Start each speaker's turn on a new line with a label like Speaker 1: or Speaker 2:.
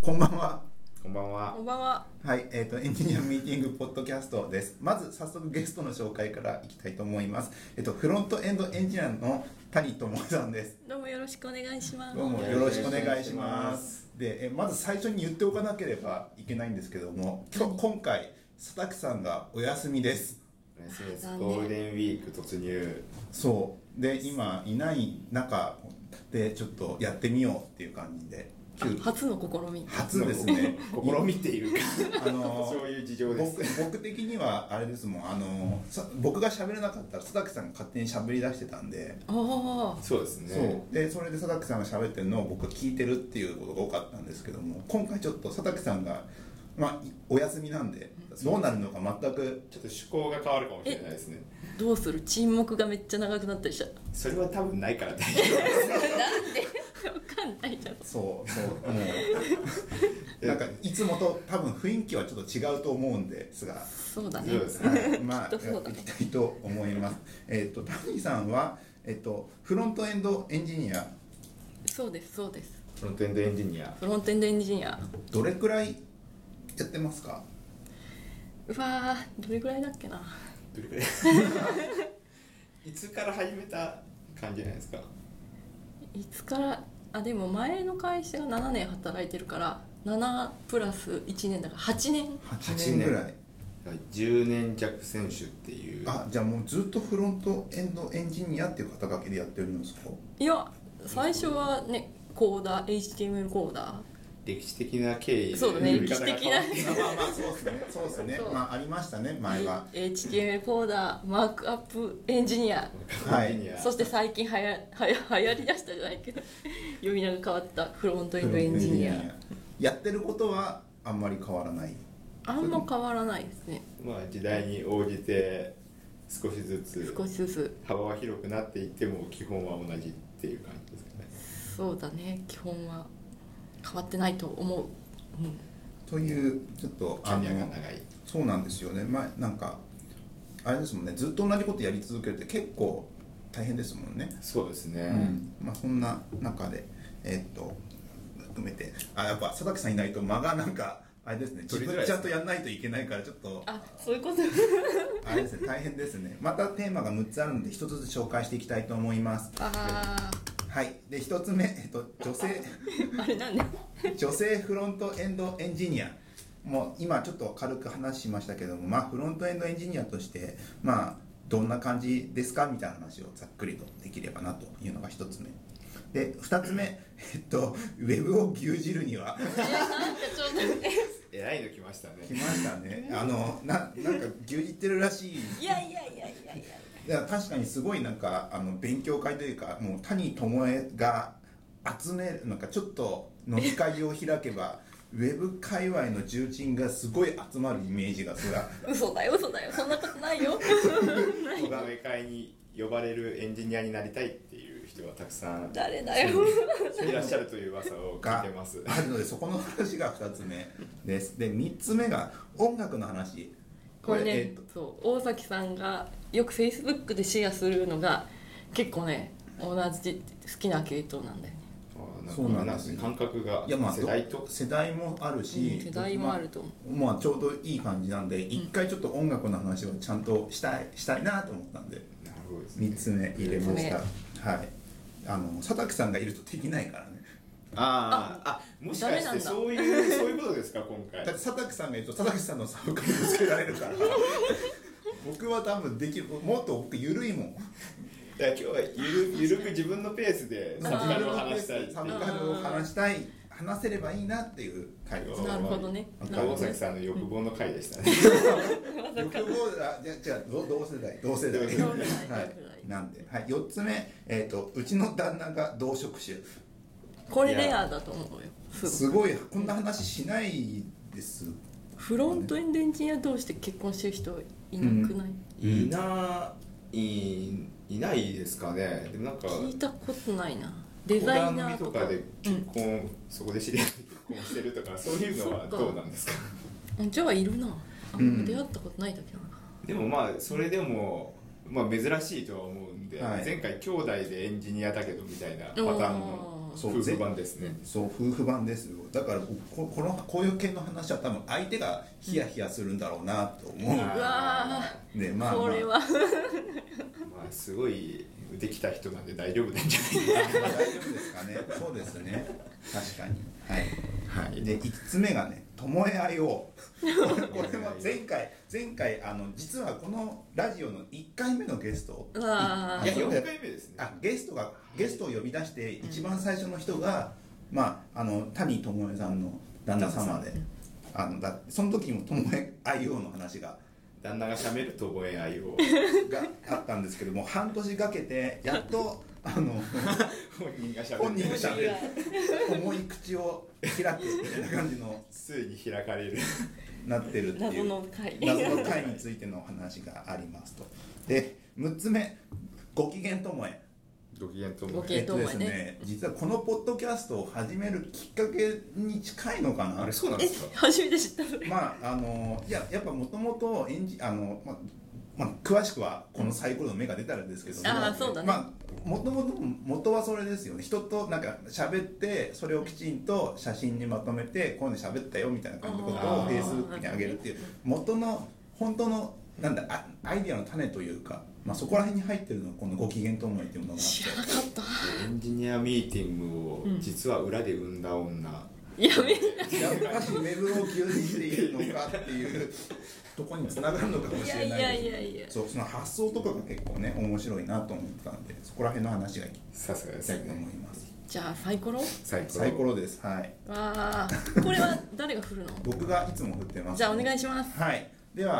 Speaker 1: こんばんは。
Speaker 2: こんばんは
Speaker 3: こ。んばんは。
Speaker 1: はい、えっ、とエンジニアミーティングポッドキャストです。まず早速ゲストの紹介からいきたいと思います。えっ、とフロントエンドエンジニアの谷智さんです。
Speaker 3: どうもよろしくお願いします。
Speaker 1: どうもよろしくお願いします。で、えまず最初に言っておかなければいけないんですけども、今日今回佐竹さんがお休みです。
Speaker 2: おやすみです
Speaker 3: 残念
Speaker 2: ゴールデンウィーク突入。
Speaker 1: そう。で、今いない中でちょっとやってみようっていう感じで、急
Speaker 3: 初の試み。
Speaker 1: 初です ね。
Speaker 2: 試みているか。
Speaker 1: あ の
Speaker 2: そういう事情です。
Speaker 1: 僕僕的にはあれですもんあのさ僕が喋れなかったら佐竹さんが勝手に喋り出してたんで、
Speaker 3: あ
Speaker 2: そうですね。
Speaker 1: そうでそれで佐竹さんが喋ってるのを僕は聞いてるっていうことが多かったんですけども今回ちょっと佐竹さんが、まあ、いお休みなんでどうなるのか全く
Speaker 2: ちょっと趣向が変わるかもしれないですね。
Speaker 3: あ、どうする沈黙がめっちゃ長くなったりした。
Speaker 2: それは多分ないから大丈夫で
Speaker 3: なんでわかんないじゃん。
Speaker 1: そう そうもうなんかいつもと多分雰囲気はちょっと違うと思うんですが。
Speaker 3: そうだ
Speaker 2: す。そ
Speaker 3: ね
Speaker 2: う。ですね。
Speaker 1: はいまあ、
Speaker 3: きっとそう
Speaker 1: や
Speaker 3: だ
Speaker 1: っていきたいと思います。えっ、と、タニーさんは、えっ、と、フロントエンドエンジニア
Speaker 3: そうです、そうです。
Speaker 2: フロントエンドエンジニア。
Speaker 3: フロントエンドエンジニア。
Speaker 1: どれくらいやってますか
Speaker 3: うわー、どれぐらいだっけな。
Speaker 2: どれくらい いつから始めた感じなんですか。
Speaker 3: いつから、あ、でも前の会社が7年働いてるから、7プラス1年だから8年。
Speaker 1: 8
Speaker 2: 年
Speaker 1: 年ぐらい
Speaker 2: 10年弱選手っていう。
Speaker 1: あじゃあもうずっとフロントエンドエンジニアっていう肩書きでやってるんですか
Speaker 3: いや、最初はね、コーダー、HTML コーダ
Speaker 2: 歴史的な経緯
Speaker 3: そうだね
Speaker 2: 呼び方が変わって
Speaker 3: 歴史的
Speaker 1: まあまあそうですねそうですね
Speaker 3: そう
Speaker 1: まあありましたね
Speaker 3: ー、
Speaker 1: 前は
Speaker 3: HTML コーダー、マークアップエンジニア。
Speaker 1: はい
Speaker 2: エンジニア
Speaker 3: そして最近はや はや流行りだしたじゃない けど呼び名が変わったフロントエンドエンジニア
Speaker 1: やってることはあんまり変わらない
Speaker 3: あんま変わらないですね
Speaker 2: まあ時代に応じて少しずつ
Speaker 3: 少しずつ
Speaker 2: 幅は広くなっていっても基本は同じっていう感じですかね
Speaker 3: そうだね基本は変わってないと思う、うん、
Speaker 1: というちょっと
Speaker 2: キャリアが長い
Speaker 1: そうなんですよねまあなんかあれですもんねずっと同じことやり続けるって結構大変ですもんね
Speaker 2: そうですね、
Speaker 1: うんまあ、そんな中で、えーっと含めてあやっぱ佐竹さんいないと間がなんかあれですね自
Speaker 2: 取りづ
Speaker 1: 分
Speaker 2: らいで
Speaker 1: ち
Speaker 2: す
Speaker 1: ゃんとやんないといけないからちょっと
Speaker 3: あそういうこと
Speaker 1: あれですね大変ですねまたテーマが6つあるので1つずつ紹介していきたいと思います
Speaker 3: あ
Speaker 1: はいで1つ目、えっと、女性
Speaker 3: ーあれなんで
Speaker 1: 女性フロントエンドエンジニアもう今ちょっと軽く話しましたけども、まあ、フロントエンドエンジニアとして、まあ、どんな感じですかみたいな話をざっくりとできればなというのが1つ目で2つ目、えっと、ウェブを牛耳るには
Speaker 3: なんかちょっと ね
Speaker 2: 偉いの来ましたね
Speaker 1: 来ましたねあのななんか牛耳ってるらしい
Speaker 3: いやいやいやいやいや
Speaker 1: いや確かにすごいなんかあの勉強会というかもう谷智恵が集めるなんかちょっと飲み会を開けばウェブ界隈の重鎮がすごい集まるイメージがすごい
Speaker 3: 嘘だよ嘘だよそんなことない よない
Speaker 2: 上映会に呼ばれるエンジニアになりたいっていう人はたくさん
Speaker 3: 誰だよ
Speaker 2: いらっしゃるという噂を聞いてます
Speaker 1: あるのでそこの話が2つ目ですで3つ目が音楽の話
Speaker 3: これね、
Speaker 1: えっと
Speaker 3: そう大崎さんがよくフェイスブックでシェアするのが結構ね同じ好きな系統なんだよね
Speaker 2: あ
Speaker 1: そうなんです
Speaker 2: ね
Speaker 1: よ
Speaker 2: 感覚が
Speaker 1: いやまあ
Speaker 2: 世代と
Speaker 1: ど世代もあるし、
Speaker 3: うん世代もあると思
Speaker 1: まあまあちょうどいい感じなんで一回ちょっと音楽の話をちゃんとしたいしたいなと思ったんで
Speaker 2: なるほどですね
Speaker 1: 3つ目入れました
Speaker 3: 三
Speaker 1: はいあの佐竹さんがいるとできないからね
Speaker 2: あああもしかし
Speaker 3: ダメな
Speaker 2: て
Speaker 3: んだ
Speaker 2: そういうそういうことですか今
Speaker 1: だ
Speaker 2: 回
Speaker 1: って佐竹さんがいると佐竹さんのサブカルにつけられるから 僕は多分できるもっと僕緩いもん
Speaker 2: だから今日はゆるゆるく自分のペースでサブカルを話したいっていう
Speaker 1: サブカルを話したい話せればいいなっていう会
Speaker 2: う
Speaker 1: を
Speaker 2: ん
Speaker 3: なるほどねなる
Speaker 2: 大
Speaker 3: ほど
Speaker 2: 崎
Speaker 3: ね
Speaker 2: さんの欲望の回でしたね
Speaker 1: 欲望あじゃじゃ同同世代同世代
Speaker 2: 同世代
Speaker 1: はいなんで、はい、4つ目、えーと「うちの旦那が同職種
Speaker 3: これレアだと思うよ」すごい
Speaker 1: すごいこんな話しないです
Speaker 3: フロントエンドエンジニア同士で結婚してる人いなくない、
Speaker 2: いないいないですかねでもなんか
Speaker 3: 聞いたことないなデザイナーと
Speaker 2: 番組
Speaker 3: か
Speaker 2: とかで
Speaker 3: う
Speaker 2: 結婚、そこで知り合って結婚してるとかそういうのはどうなんですか
Speaker 3: ん、じゃあいるなあ
Speaker 1: うん
Speaker 3: 出会ったことないだけだな
Speaker 2: でもまあそれでも、まあ、珍しいとは思うんで、
Speaker 1: はい
Speaker 2: 前回兄弟でエンジニアだけどみたいなパターンも
Speaker 3: おー
Speaker 1: そう
Speaker 2: 夫婦
Speaker 1: ぜ
Speaker 2: 版ですね
Speaker 1: そう夫婦版ですよだからこここのこういう系の話は多分相手がヒヤヒヤするんだろうなと思う、
Speaker 3: うわ
Speaker 1: でまあ、ま
Speaker 3: こ
Speaker 1: あ、
Speaker 3: れは
Speaker 2: まあすごいできた人なんで大丈夫なんじゃ
Speaker 1: 大丈夫ですかねそうですね確かにはい
Speaker 2: ない
Speaker 1: で5つ目がね「巴愛を」これは前回前回あの実はこのラジオの1回目のゲスト
Speaker 3: うわ
Speaker 2: いや
Speaker 1: そう
Speaker 2: 4回目ですね
Speaker 1: あゲストがゲストを呼び出して一番最初の人が、まああの谷智恵さんの旦那様で、あのだその時も智恵愛用の話が
Speaker 2: 旦那がしゃべると覚え合いを
Speaker 1: があったんですけども半年かけてやっ とあの
Speaker 2: 本人がしゃべる
Speaker 1: 本人がしゃべる
Speaker 3: 面
Speaker 1: 重い口を開くみたいな感じの
Speaker 2: ついに開かれる
Speaker 1: なってるってい
Speaker 3: 謎
Speaker 1: う
Speaker 3: の回
Speaker 1: 謎の会についてのお話がありますとで6つ目ご機嫌ともえ
Speaker 2: ご機嫌と
Speaker 3: もご機
Speaker 1: え
Speaker 3: 嫌
Speaker 1: っ
Speaker 3: と
Speaker 1: と
Speaker 3: もえ
Speaker 1: ですね実はこのポッドキャストを始めるきっかけに近いのかな
Speaker 2: あれそうなんですか
Speaker 3: 初めて知ったそれ
Speaker 1: まああのいややっぱもともと演じあの、まあまあ、詳しくはこのサイコロの目が出たらですけども、
Speaker 3: あーそうだね
Speaker 1: まあもともと元はそれですよね人となんか喋ってそれをきちんと写真にまとめてこういうの喋ったよみたいな感じのことを
Speaker 2: あー
Speaker 1: フェイスブックに上げるっていう元の本当のなんだあアイディアの種というか、まあ、そこら辺に入ってるのがこの「ご機嫌と思い」っていうものがあ
Speaker 3: 知ら
Speaker 1: っ
Speaker 3: なかった
Speaker 2: エンジニアミーティングを
Speaker 3: うん
Speaker 2: 実は裏で生んだ女、
Speaker 3: やめ
Speaker 1: てやっぱしウェブを急にしているのかっていうとこにつながるのかも
Speaker 3: い
Speaker 1: し
Speaker 3: や
Speaker 1: れ
Speaker 3: い
Speaker 1: ないです
Speaker 3: や
Speaker 1: ね
Speaker 3: いやいや
Speaker 1: そうその発想とかが結構ね面白いなと思ったんでそこら辺の話がいき
Speaker 2: さすがで
Speaker 1: た
Speaker 2: す
Speaker 1: いと思
Speaker 2: ね
Speaker 1: います
Speaker 3: じゃあサイコロ
Speaker 2: 最高
Speaker 1: サイコロですはい
Speaker 3: わあこれは誰が振るの
Speaker 1: 僕がいつも振ってます
Speaker 3: じゃあお願
Speaker 1: い
Speaker 3: いします
Speaker 1: はいでは